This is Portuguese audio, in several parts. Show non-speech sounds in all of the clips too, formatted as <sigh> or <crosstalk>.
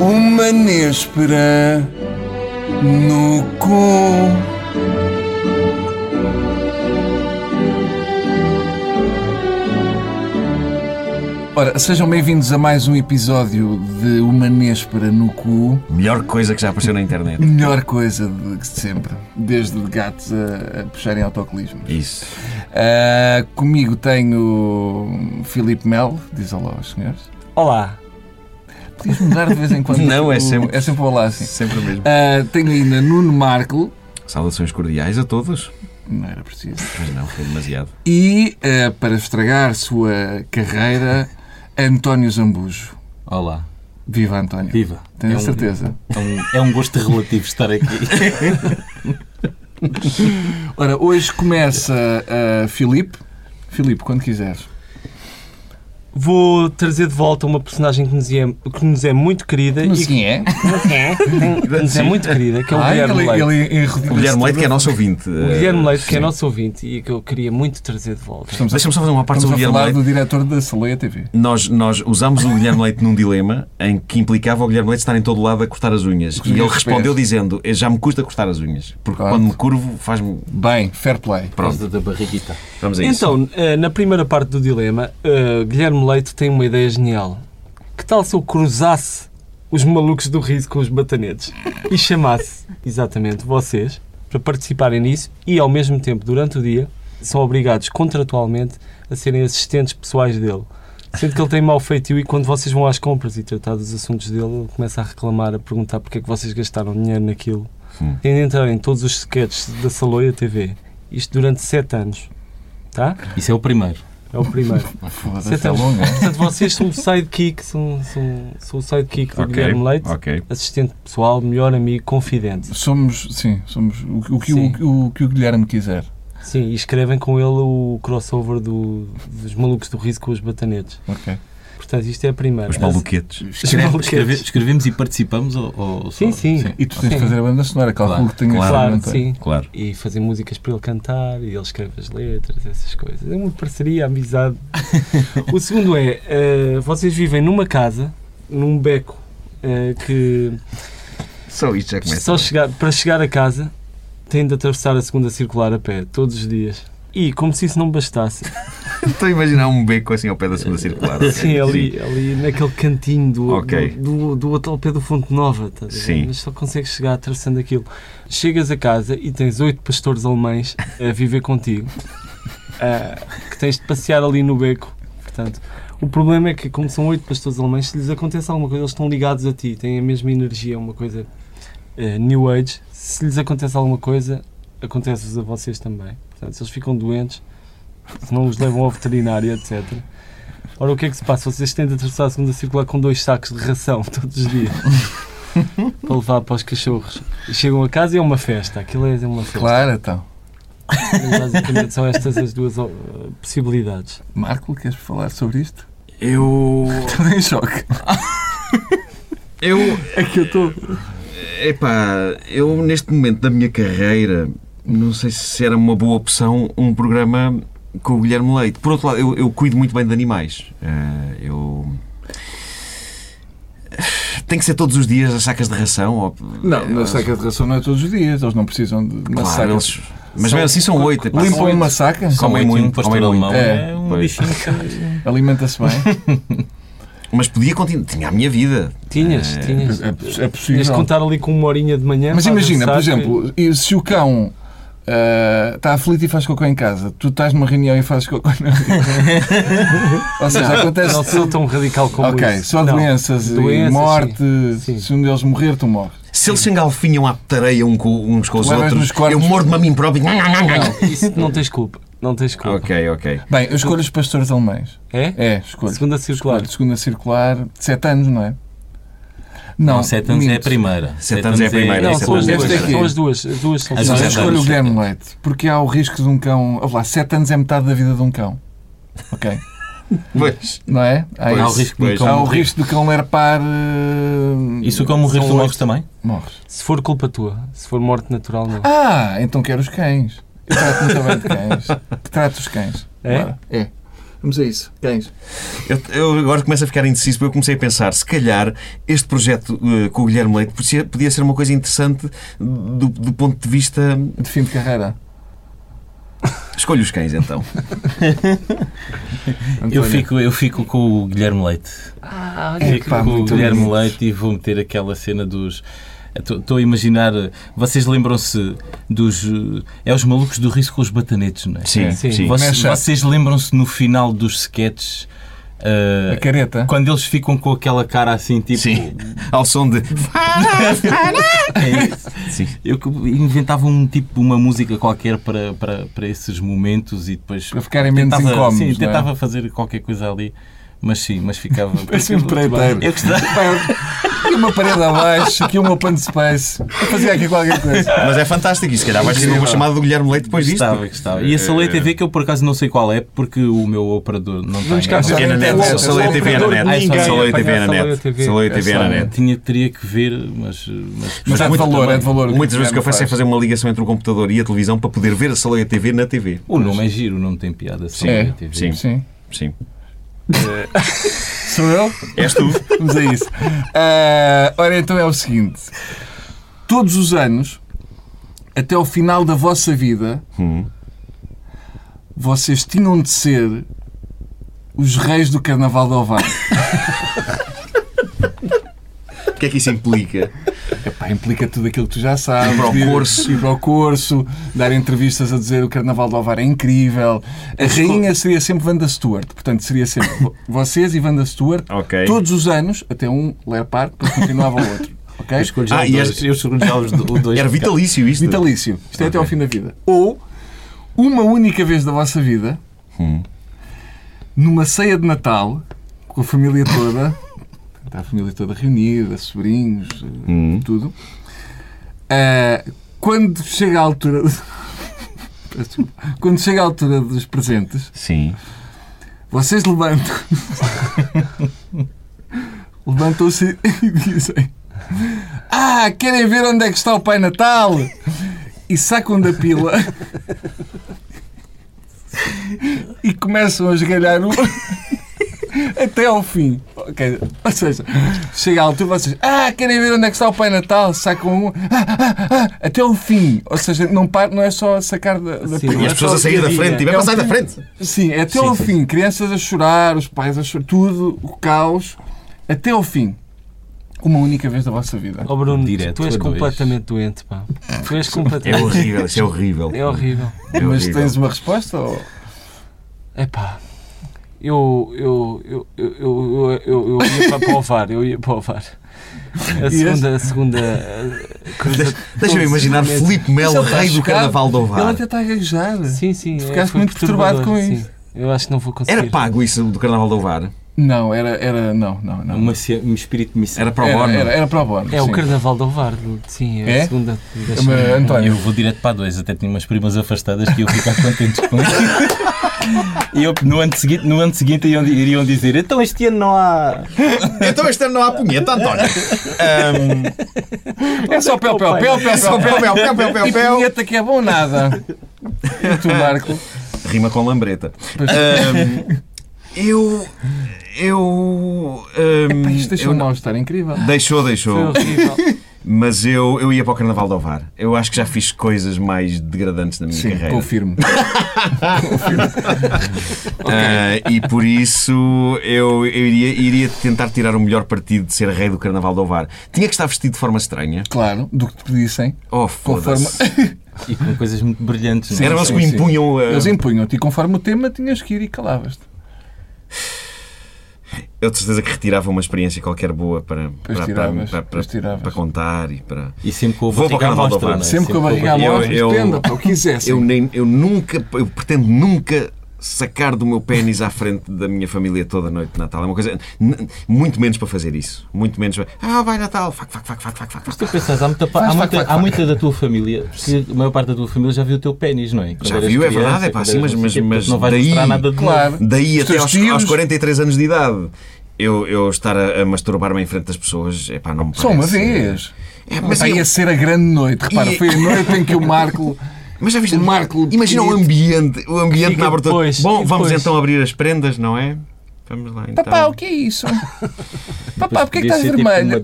uma néspera no cu. Ora, sejam bem-vindos a mais um episódio de Uma Néspera no Cu. Melhor coisa que já apareceu na internet. Melhor coisa de sempre, desde gatos a, a puxarem autocolismo. Isso. Ah, comigo tenho Filipe Mel, diz olá aos senhores. Olá. Podias mudar de vez em quando. <laughs> Não, é o- sempre- É sempre olá assim. Sempre o mesmo. Ah, tenho ainda Nuno Marco, Saudações cordiais a todos. não era preciso. Mas não, foi demasiado. E, ah, para estragar sua carreira, António Zambujo. Olá. Viva António. Viva. Tenho é a um, certeza. É um, é um gosto relativo estar <laughs> aqui. Ora, hoje começa ah, Filipe. Filipe, quando quiseres. Vou trazer de volta uma personagem que nos é, que nos é muito querida Não e que sei é. que nos é muito querida, que é o Ah, Guilherme ele, Leite. ele enredou-se O Guilherme Leite, todo. que é nosso ouvinte. eh, O Guilherme Leite, que é Sim. nosso ouvinte e que eu queria muito trazer de volta. Estamos a, Deixa-me só fazer uma parte estamos sobre a o Guilherme falar Leite. do diretor da Soleil TV. Nós, nós usámos o Guilherme Leite num dilema em que implicava o Guilherme Leite estar em todo lado a cortar as unhas. Os E ele unhas respondeu pés. dizendo: "Eh, Já me custa cortar as unhas. Porque Pronto. quando me curvo, faz-me. Bem, fair play. Por Pronto, causa da barriguita. vamos a isso. Então, eh, na primeira parte do dilema, eh, Guilherme Leite tem uma ideia genial. Que tal se eu cruzasse os malucos do riso com os batanetes e chamasse <laughs> exatamente vocês para participarem nisso e ao mesmo tempo, durante o dia, são obrigados contratualmente a serem assistentes pessoais dele. Sendo que ele tem mau feitio e quando vocês vão às compras e tratar dos assuntos dele, ele começa a reclamar, a perguntar porque é que vocês gastaram dinheiro naquilo. Hum. Tem de entrar em todos os sketches da Saloia TV. Isto durante sete anos. Tá? Isso é o primeiro. É o primeiro. Foda-se, Você é tem- longa. <laughs> Portanto, vocês são o sidekick, são, são, são o sidekick do Ok, Guilherme Leite, ok. assistente pessoal, melhor amigo, confidente. Somos, sim, somos o, o que, Sim. O, o que o Guilherme quiser. Sim, e escrevem com ele o crossover do- dos malucos do riso com os batanetes. Ok. Portanto, isto é a primeira. Os maluquetes. Escreve- maluquetes. escreve- escrevemos e participamos ou, ou é Sim, só- sim. E tu tens de Sim. fazer a banda sonora, calculo Claro, que tenhas claro, é? de Claro, montar. sim. Claro. E fazer músicas para ele cantar, e ele escreve as letras, essas coisas. É uma parceria, <laughs> amizade. o segundo é, eh, vocês vivem numa casa, num beco, eh, que Só isto já Só chegar, para chegar a casa, tem de atravessar a segunda circular a pé, todos os dias. E, como se isso não bastasse, Estou a imaginar um beco assim ao pé da segunda circular. sim, ali, ali naquele cantinho do, Ok. do, do, do hotel pé do Fonte Nova, estás a ver? Sim. mas só consegues chegar atravessando aquilo. Chegas a casa e tens oito pastores alemães a viver contigo, ah, que tens de passear ali no beco. Portanto, o problema é que, como são oito pastores alemães, se lhes acontece alguma coisa, eles estão ligados a ti, têm a mesma energia, uma coisa eh, New Age. Se lhes acontece alguma coisa, acontece-vos a vocês também. Portanto, se eles ficam doentes, se não os levam ao veterinário, etc. Ora, o que é que se passa? Vocês têm de atravessar a segunda circular com dois sacos de ração <laughs> todos os <laughs> dias para levar para os cachorros. E chegam a casa e é uma festa. Aquilo é uma festa. Claro, então. Basicamente são estas as duas eh, possibilidades. Marco, queres falar sobre isto? <laughs> Eu. Estou em choque. Eu. É que eu estou. Epá, eu neste momento da minha carreira não sei se era uma boa opção um programa com o Guilherme Leite. Por outro lado, eu, eu cuido muito bem de animais. Ah, eu. <sighs> Tem que ser todos os dias as sacas de ração? Ou... Não, na Elas- saca de ração não é todos os dias, eles não precisam de uma Claro, saca. eles- Mas mesmo assim são oito. epá. Limpam oito. uma saca, Comem Somente um muito, pastor comem alemão. muito. É, um Pois. bichinho que- alimenta-se <laughs> bem. Mas podia continuar. Tinha a minha vida. Tinhas, É, tinhas. É, é Tinhas de possível. contar ali com uma horinha de manhã. Mas para imagina, por atravessar, exemplo, e se o cão ah, está aflito e faz cocô em casa, tu estás numa reunião e fazes cocô na <laughs> reunião. Ou seja, acontece. Não sou tão radical como ok, isso. só Não. doenças, e Doenças, morte. sim. Sim. Se um deles morrer, tu morres. Se eles se engalfinham à tareia um com- uns com os Levas nos outros, cornos. eu mordo-me a mim próprio. Não, isso não tens culpa. Não tens culpa. Ok, ok. Bem, eu escolho os pastores alemães. É? É, escolho. Segunda circular. Escolho Segunda circular, de 7 anos, não é? Não, sete anos é a minto. primeira. Sete anos é a primeira, Não, Essa são as deve duas. ser aqui. São as duas. As duas são As Não, eu sete duas. anos. escolho o anos. Guilherme Leite, porque há o risco de um cão. Olha lá, 7 anos é metade da vida de um cão. <laughs> Ok. Pois. Não é? Há, Pois, Há o isso. risco de um pois. cão Há o morrer. risco do cão lerpar. eh, E se o cão morrer, São tu morres oito. também? Morres. Se for culpa tua, se for morte natural, não. <laughs> Ah, então quero os cães. Eu trato muito bem de cães. Trato os cães. É? Bora. É. Vamos a isso. Cães. Eu, eu agora começo a ficar indeciso porque eu comecei a pensar, se calhar este projeto eh, com o Guilherme Leite podia, podia ser uma coisa interessante do, do ponto de vista. De fim de carreira. Escolha os cães então. António. Eu fico, eu fico com o Guilherme Leite. Ah, olha. Fico É, pá, com o muito Guilherme bonito. Leite e vou meter aquela cena dos. Estou a imaginar. Vocês lembram-se dos. eh, É os malucos do risco com os batanetes, não é? Sim, Sim. sim. Vocês, Mashup. vocês lembram-se no final dos sketches. eh, A careta. quando eles ficam com aquela cara assim, tipo. Sim. Ao som de. É isso. Sim. Eu que inventava um tipo, uma música qualquer para, para, para esses momentos e depois. Para ficarem menos incómodos. sim, não é? tentava fazer qualquer coisa ali, mas sim, mas ficava. <laughs> Parece um empreiteiro. Eu gostava. Pá, Aqui uma parede abaixo, aqui uma open space. Eu fazia aqui qualquer coisa. Mas é fantástico, e se calhar vai ser uma chamada do Guilherme Leite depois disto. Gostava, gostava. É, E a Soleil TV, que eu por acaso não sei qual é, porque o meu operador não Vamos tem. cá É na net, O só leio a TV é na operador net. ninguém Só leio a TV é na apanha a Soleil net. TV. Só leio a TV é na Só- net. Tinha, teria que ver, mas. Mas, Mas há de muito valor, é de valor. o Muitas vezes o que eu Guilherme faço é fazer uma ligação entre o computador e a televisão para poder ver a Saleia TV na TV. o nome é giro, o nome tem piada. É, Soleil TV. sim. Sim. Sim. Sou eu? És tu. Vamos a isso. Ah, ora, então é o seguinte: todos os anos, até ao final da vossa vida, Hum. vocês tinham de ser os reis do Carnaval de Ovar. O que é que isso implica? Epá, implica tudo aquilo que tu já sabes. Ir para o de- curso. Ir para o curso, dar entrevistas a dizer o Carnaval de Alvar é incrível. A rainha seria sempre Wanda Stewart. Portanto, seria sempre <laughs> vo- vocês e Wanda Stewart Ok. todos os anos, até um leopard, depois continuava o <laughs> outro. Ok? Eu escolho já Ah, o e dois- este- eu escolho já os do- o dois. Era vitalício isto. Vitalício. Isto é até ao fim da vida. Ou, uma única vez da vossa vida, Hum. numa ceia de Natal, com a família toda, <laughs> está a família toda reunida, sobrinhos, eh, Hum. tudo, eh, quando chega a altura. <laughs> Peço desculpa. Quando chega a altura dos presentes, Sim. vocês levantam. <laughs> Levantam-se e dizem: Ah, querem ver onde é que está o Pai Natal? E sacam da pila <laughs> e começam a esgalhar o. <laughs> Até ao fim. Ok, Ou seja, chega a altura e vocês. Ah, querem ver onde é que está o Pai Natal? Sacam um. Ah, ah, ah, até ao fim. Ou seja, não, par, não é só sacar da, da Sim, pila. E as pessoas é um a sair da frente. E vai passar da frente. Sim, é até ao fim. Crianças a chorar, os pais a chorar, tudo, o caos, até ao fim. Uma única vez da vossa vida. Oh Bruno, Direto tu és a dois. completamente doente, pá. Tu és É completamente horrível. Isso é horrível. É horrível. É Mas horrível. tens uma resposta? Ou... É pá. Eu, eu, eu, eu, eu, eu, eu ia para, para o VAR, eu ia para o VAR. A E segunda, a segunda eh, coisa. Deixa-me imaginar Todos os momentos. Filipe Melo, Mas ele tá é rei do chocado. Carnaval do Ela Ovar. até está a gaguejar. É Sim, sim. Tu é, ficaste foi muito perturbado perturbador, com sim. Eu acho que não vou conseguir. Era pago isso do Carnaval do Ovar? Não, era, era. Não, não, não. Uma, ce- um espírito de missão. Era para o Era, Bono? era, era para o Bono. É o sim. Carnaval do VAR, sim. É, É? a segunda. Mas, Eu António, vou direto para a dois, até tinha umas primas afastadas que iam ficar contentes com isso. <laughs> E eu, no ano seguinte, no ano seguinte iriam, iriam dizer: então este ano não há. Então este ano não há punheta, António. é só pel, pel, pel, pel, pel, pel, Pel, pel, pel, pel, E pel. punheta que é bom nada. E tu, Marco? Rima com lambreta. Ahm, eu. Eu. ahm, Pá, Isto deixou eu um não- mal-estar incrível. Deixou, Foi <laughs> deixou. horrível. Mas eu, eu ia para o Carnaval do Ovar. Eu acho que já fiz coisas mais degradantes na minha Sim, carreira. confirmo. Ah, e por isso eu, eu iria, iria tentar tirar o melhor partido de ser rei do Carnaval do Ovar. Tinha que estar vestido de forma estranha. Claro, do que te pedissem. Oh, Conforme... foda-se. E com coisas muito brilhantes. não é? Eram eles que me sim, sim. impunham. <laughs> ah, Eles impunham-te e conforme o tema tinhas que ir e calavas-te. Eu de certeza que retirava uma experiência qualquer boa para, para, para- tiravas, para- para- pois tiravas. para contar e para. E sempre com o Vou barriga à para o Carnaval mostra. do Bar. não é? Sempre com a barriga à eu- mostra, eu- dependa, pá, o que quisessem. Eu, nem, eu nunca, eu pretendo nunca sacar do meu pênis à frente da minha família toda a noite de Natal. É uma coisa. n- Muito menos para fazer isso. Muito menos para. Ah, vai Natal! Fac, fac, fac, fac, fac, fac. Mas tu pensas, há muita, pa- há muita- há muita da tua família, que a maior parte da tua família já viu o teu pênis, não é? Quando Já eras viu, é criança, verdade, é pá, quando sim, eras mas- não sei o quê, mas- portanto não vais daí- mostrar nada de Claro. novo. Daí Os até teus aos, tios? aos 43 anos de idade. Eu, eu estar a, a masturbar-me em frente das pessoas, é pá, não me parece. Só uma vez. É, Mas mas ia eu- ser a grande noite. Repara, E- foi a noite em que o Marco Mas já viste? O Marco Imagina o Petit. ambiente, o ambiente Fica na abertura. depois, Bom, e vamos depois? então abrir as prendas, não é? Vamos lá <laughs> então. Papá, o que é <laughs> isso? Papá, é porquê que Podia estás ser tipo vermelho?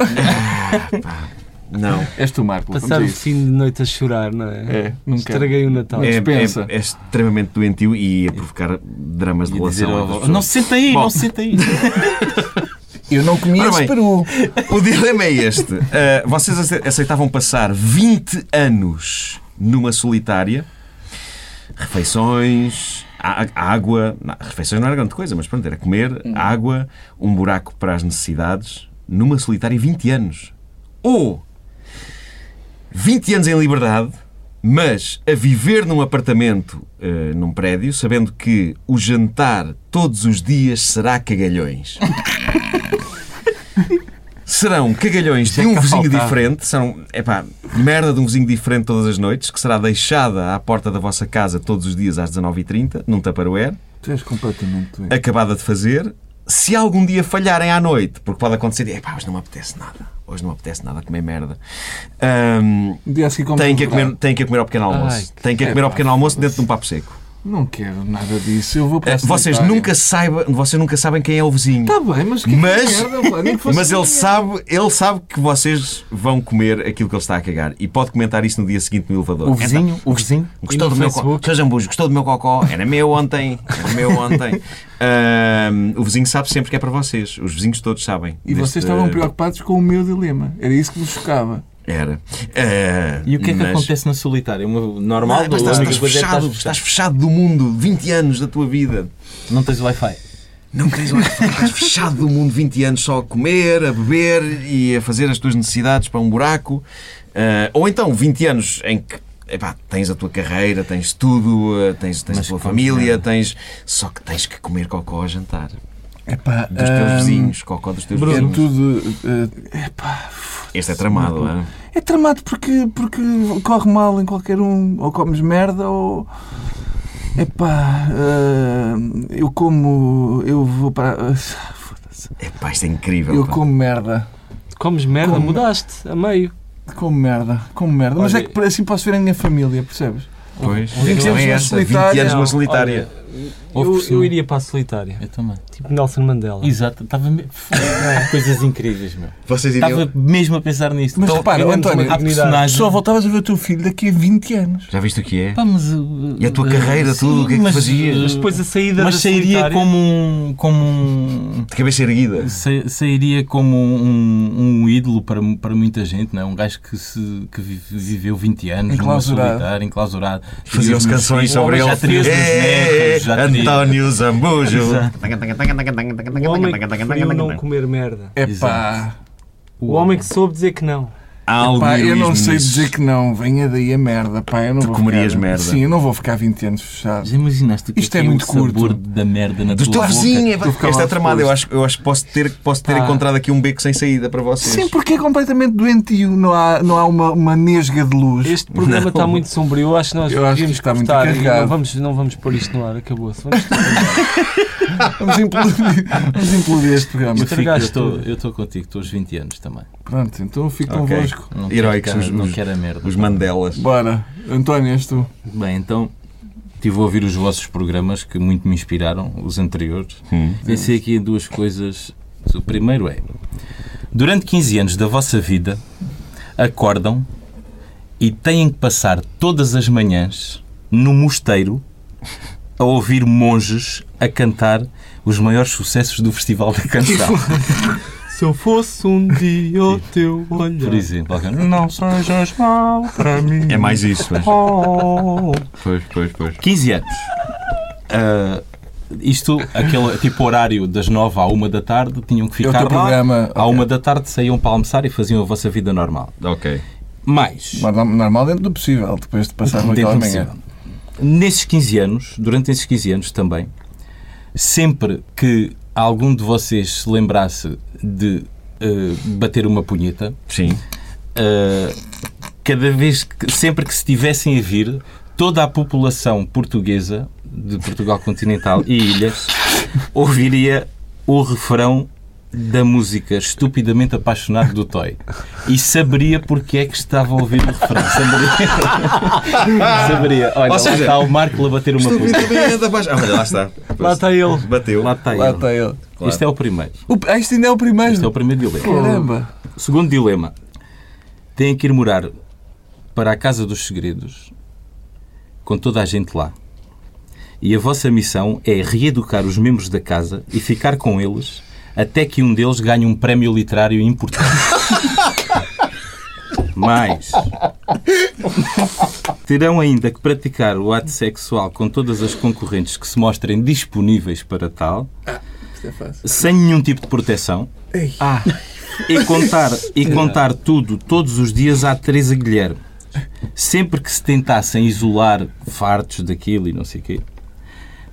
uma- Não. <laughs> És tu, Marco. vamos Passar a o isso. fim de noite a chorar, não é? É, não quero. Estraguei o Natal. É, dispensa. é- é extremamente doentio e a provocar dramas de E dizer relação. entre ao as avô, pessoas. Não se senta aí, Bom. não se senta aí. Eu não comi tipo- Ora esse bem. peru. O dilema é este. Uh, vocês ace- aceitavam passar 20 anos numa solitária, refeições, á- água. não, refeições não era grande coisa, mas pronto, era comer, água, um buraco para as necessidades, numa solitária 20 anos. Ou 20 anos em liberdade, mas a viver num apartamento, uh, num prédio, sabendo que o jantar todos os dias será cagalhões serão cagalhões de um vizinho diferente, serão, epá, merda de um vizinho diferente todas as noites, que será deixada à porta da vossa casa todos os dias às 19h30, num Tupperware, Tu és completamente doente. acabada de fazer. Se algum dia falharem à noite, porque pode acontecer, epá, hoje não me apetece nada, hoje não me apetece nada comer merda. Ahm, Um dia a seguir como têm, que a dobrar. comer, têm que a comer ao pequeno almoço. Ai, têm que a comer ao pequeno almoço dentro de um papo seco. Não quero nada disso. Eu vou para a Eh, Vocês solitária. nunca, saibam, vocês nunca sabem quem é o vizinho. Está bem, mas que Mas- merda, pá, <laughs> nem que fosse Mas ele minha. sabe, ele sabe que vocês vão comer aquilo que ele está a cagar e pode comentar isso no dia seguinte no elevador. O vizinho, o vizinho. Então, gostou E no do meu Facebook? cocó, seu Jambujo, gostou do meu cocó, era meu ontem, era meu ontem. Ahm, o vizinho sabe sempre que é para vocês, os vizinhos todos sabem. E Deste- vocês estavam preocupados com o meu dilema. Era isso que vos chocava. Era. Ah, E o que é que mas- acontece na solitária? Uma Ah, normal, mas a estás, única estás coisa é que fechado, estás fechado do mundo, 20 anos da tua vida. Não tens Wi-Fi. Não tens lá, estás fechado do mundo 20 anos só a comer, a beber e a fazer as tuas necessidades para um buraco. Ah, ou então 20 anos em que epá, tens a tua carreira, tens tudo, ah, tens, tens a tua família, tens. Só que tens que comer cocó ao jantar. Epá, Dos teus ahm, vizinhos, cocó dos teus É vizinhos. tudo. eh, epá, Este é tramado, não é? é tramado porque, porque corre mal em qualquer um. Ou comes merda ou. Epá, ah, eu como. Eu vou para. ah, foda-se. Epá, isto é incrível. Eu pá. como merda. <laughs> Comes merda, Como? mudaste a meio. Como merda. Como merda. Mas Olha- é que assim posso ver a minha família, percebes? Pois, que a questão sermos é uma esta, 20 solitária. anos numa Não, solitária. Houve Eu, pressão. eu iria para a solitária. Eu também. Tipo Nelson Mandela. Exato, estava me- <laughs> Foi, coisas incríveis, meu. Vocês Estava iriam. mesmo a pensar nisto. Mas Então, repara, eu- António, há personagens. só voltavas a ver o teu filho daqui a 20 anos. Já viste o que é? Pá, mas, uh, E a tua uh, carreira, sim, tudo, o que é que mas, fazias? uh, Mas depois a saída mas da sairia solitária- como um. Como um De cabeça erguida. sa- sairia como um, um ídolo para, para muita gente, não é? Um gajo que, se, que vi- viveu 20 anos numa Enclausurado. solitária, enclausurado. Teria os Faziam-se meus canções filhos, sobre ele. Já teria os meus É, netos, já teria- António Zambujo. Exato. O homem que preferiu não comer merda. Epá, O homem que soube dizer que não. pá, eu não sei dizer que não. Venha daí a merda, pá. Eu não Tu vou comerias ficar- merda. Sim, eu não vou ficar 20 anos fechado. Já imaginaste o que Isto é, é que é muito o sabor curto. da merda na Dos tua teu boca? vizinho, é pá. Tu ficavas Esta é tramada. Eu exposto. acho, eu acho que posso ter, posso ter Ah. encontrado aqui um beco sem saída para vocês. Sim, porque é completamente doentio. Não há, não há uma, uma nesga de luz. Este programa está muito sombrio. Eu acho que nós Eu acho que devíamos está muito cortar e carregado. não vamos, não vamos pôr isto no ar. Acabou-se. <laughs> Vamos Vamos <laughs> implodir, vamos implodir este programa. Eu é fico- eu Estragaste estou- tudo. eu estou contigo, estou aos 20 anos também. Pronto, então eu fico Ok. convosco. Não Heróicos, quero, os- não os- quero a merda. Os Mandelas. Bora, António, és tu. Bem, então tive a ouvir os vossos programas que muito me inspiraram, os anteriores. Hum. Pensei aqui em duas coisas. O primeiro é: durante 15 anos da vossa vida, acordam e têm que passar todas as manhãs no mosteiro a ouvir monges a cantar os maiores sucessos do Festival da Canção. Se eu fosse um dia o teu olhar. Por exemplo, alguém, Não sejas mau <laughs> para mim. É mais isso, mas. Oh. Pois, pois, pois. 15 anos. Ah, isto, aquele tipo horário das 9 à 1 da tarde, tinham que É o ficar teu lá. programa. À 1 da tarde saíam para almoçar e faziam a vossa vida normal. Ok. Mas, Mas normal dentro do possível, depois de passar dentro aquela do manhã. possível, nesses 15 anos, durante esses 15 anos também, sempre que algum de vocês se lembrasse de ah, bater uma punheta, Sim. Uh, cada vez que, sempre que se tivessem a vir, toda a população portuguesa de Portugal continental e ilhas ouviria o refrão da música estupidamente apaixonado do Toy e saberia porque é que estava a ouvir o refrão. <laughs> Saberia. saberia. Olha, Ou seja, lá está o Marco a bater uma Estúpido, puta. bem, da baixo. Ah, olha, lá está. Lá está ele. Bateu. Lá está Lá ele. está ele. Claro. Este é o primeiro. O- ah, Este ainda é o primeiro. Este é o primeiro dilema. Caramba. Segundo dilema. Têm que ir morar para a Casa dos Segredos com toda a gente lá. E a vossa missão é reeducar os membros da casa e ficar com eles até que um deles ganhe um prémio literário importante. <laughs> Mais. Terão ainda que praticar o ato sexual com todas as concorrentes que se mostrem disponíveis para tal, Isto é fácil. sem nenhum tipo de proteção. Ei. E contar, e contar tudo, todos os dias, à Teresa Guilherme. Sempre que se tentassem isolar fartos daquilo e não sei o quê,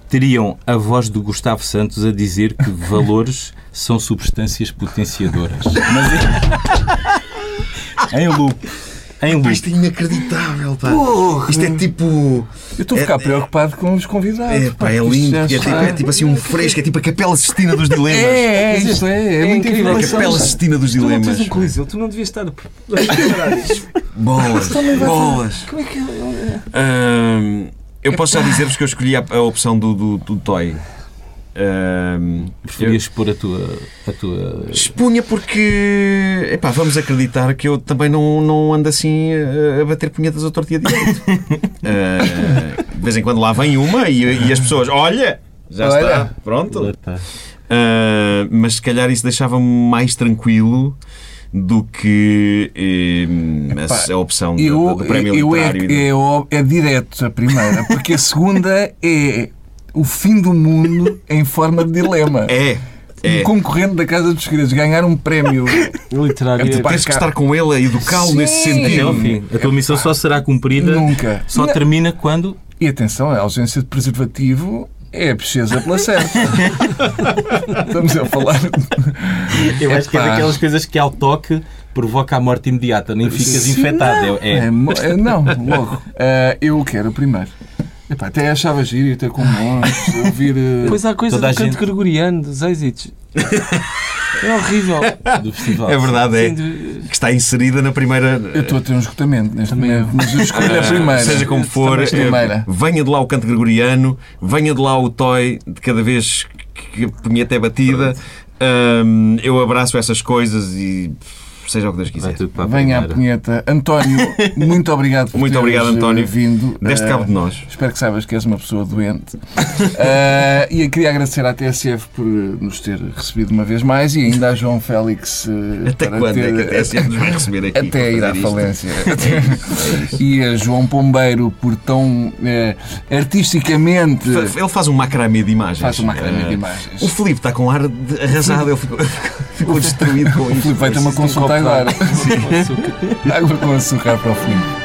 teriam a voz do Gustavo Santos a dizer que valores são substâncias potenciadoras. Mas é- em loop. Em Pá, loop. Isto é inacreditável, pá. Isto é tipo. Eu estou a ficar preocupado com os convidados. É, pá, é porque lindo. isto já porque É tipo, está- é tipo assim um fresco, é tipo a Capela Sistina dos É, Dilemas. é, isto é, é, É muita incrível. A informação. Capela Sistina dos Tu não tens Dilemas. um coliseu, tu não devias estar a <laughs> preparar isto. Bolas, bolas. Como é que é? Ahm, eu posso já <laughs> dizer-vos que eu escolhi a, a opção do, do, do Toy. Ahm, eu- Preferias pôr a tua. A tua... Expunha porque, epá, vamos acreditar que eu também não, não ando assim eh, a bater punhetas ao torto e a <laughs> direito. Eh, de vez em quando lá vem uma e, e as pessoas, olha, já Olha. está, pronto. Eh, mas se calhar isso deixava-me mais tranquilo do que eh, a- Epá, a, opção do- do, Eu, do prémio eu é, literário. é, ó- é direto a primeira, porque a segunda é o fim do mundo em forma de dilema. é, é. Um concorrente da Casa dos Segredos ganhar um prémio. Literário. É pá, Tens que cá- estar com ele a educá-lo Sim. nesse Até ao sentido. fim. A tua missão só será cumprida. Nunca. Só termina quando. E atenção, a ausência de preservativo é a pesquisa pela <laughs> certa. Estamos a falar. Eu acho que é Epá. daquelas coisas que ao toque provoca a morte imediata, nem ficas infectado. É, É, é. mo- é, não, logo. Ah, eu quero o primeiro. Epá, até achava giro ir ter com monstros, ouvir. eh, Pois há coisa Toda do a canto gente- gregoriano, dos êxitos. <laughs> É horrível. do festival. É verdade, é. Sim, de- Que está inserida na primeira. Eu estou a ter um esgotamento neste momento, mas eu escolho a Ah, primeira. <laughs> Seja como for, Também eh, primeira. venha de lá o canto gregoriano, venha de lá o toy de cada vez que a punheta é batida. Ahm, eu abraço essas coisas e pff, seja o que Deus Vai quiser. tudo para a Venha à primeira. punheta. António, muito obrigado por <laughs> Muito teres, obrigado, eh, António. vindo. Deste Eh, cabo de nós. Espero que saibas que és uma pessoa doente. <laughs> Eh, e eu queria agradecer à TSF por eh, nos ter recebido uma vez mais e ainda a João Félix eh, Até para quando ter- é que até se nos vai receber aqui? <laughs> para até ir fazer à isto? falência. eh, e a João Pombeiro por tão eh, artisticamente Fa- Ele faz um macramê de imagens. faz uma academia de Ah, imagens. O Filipe está com ar de arrasado, ele ficou, ficou destruído com O isto. Filipe vai ter uma um consulta copo de agora. <laughs> água. Água com açúcar para o fim.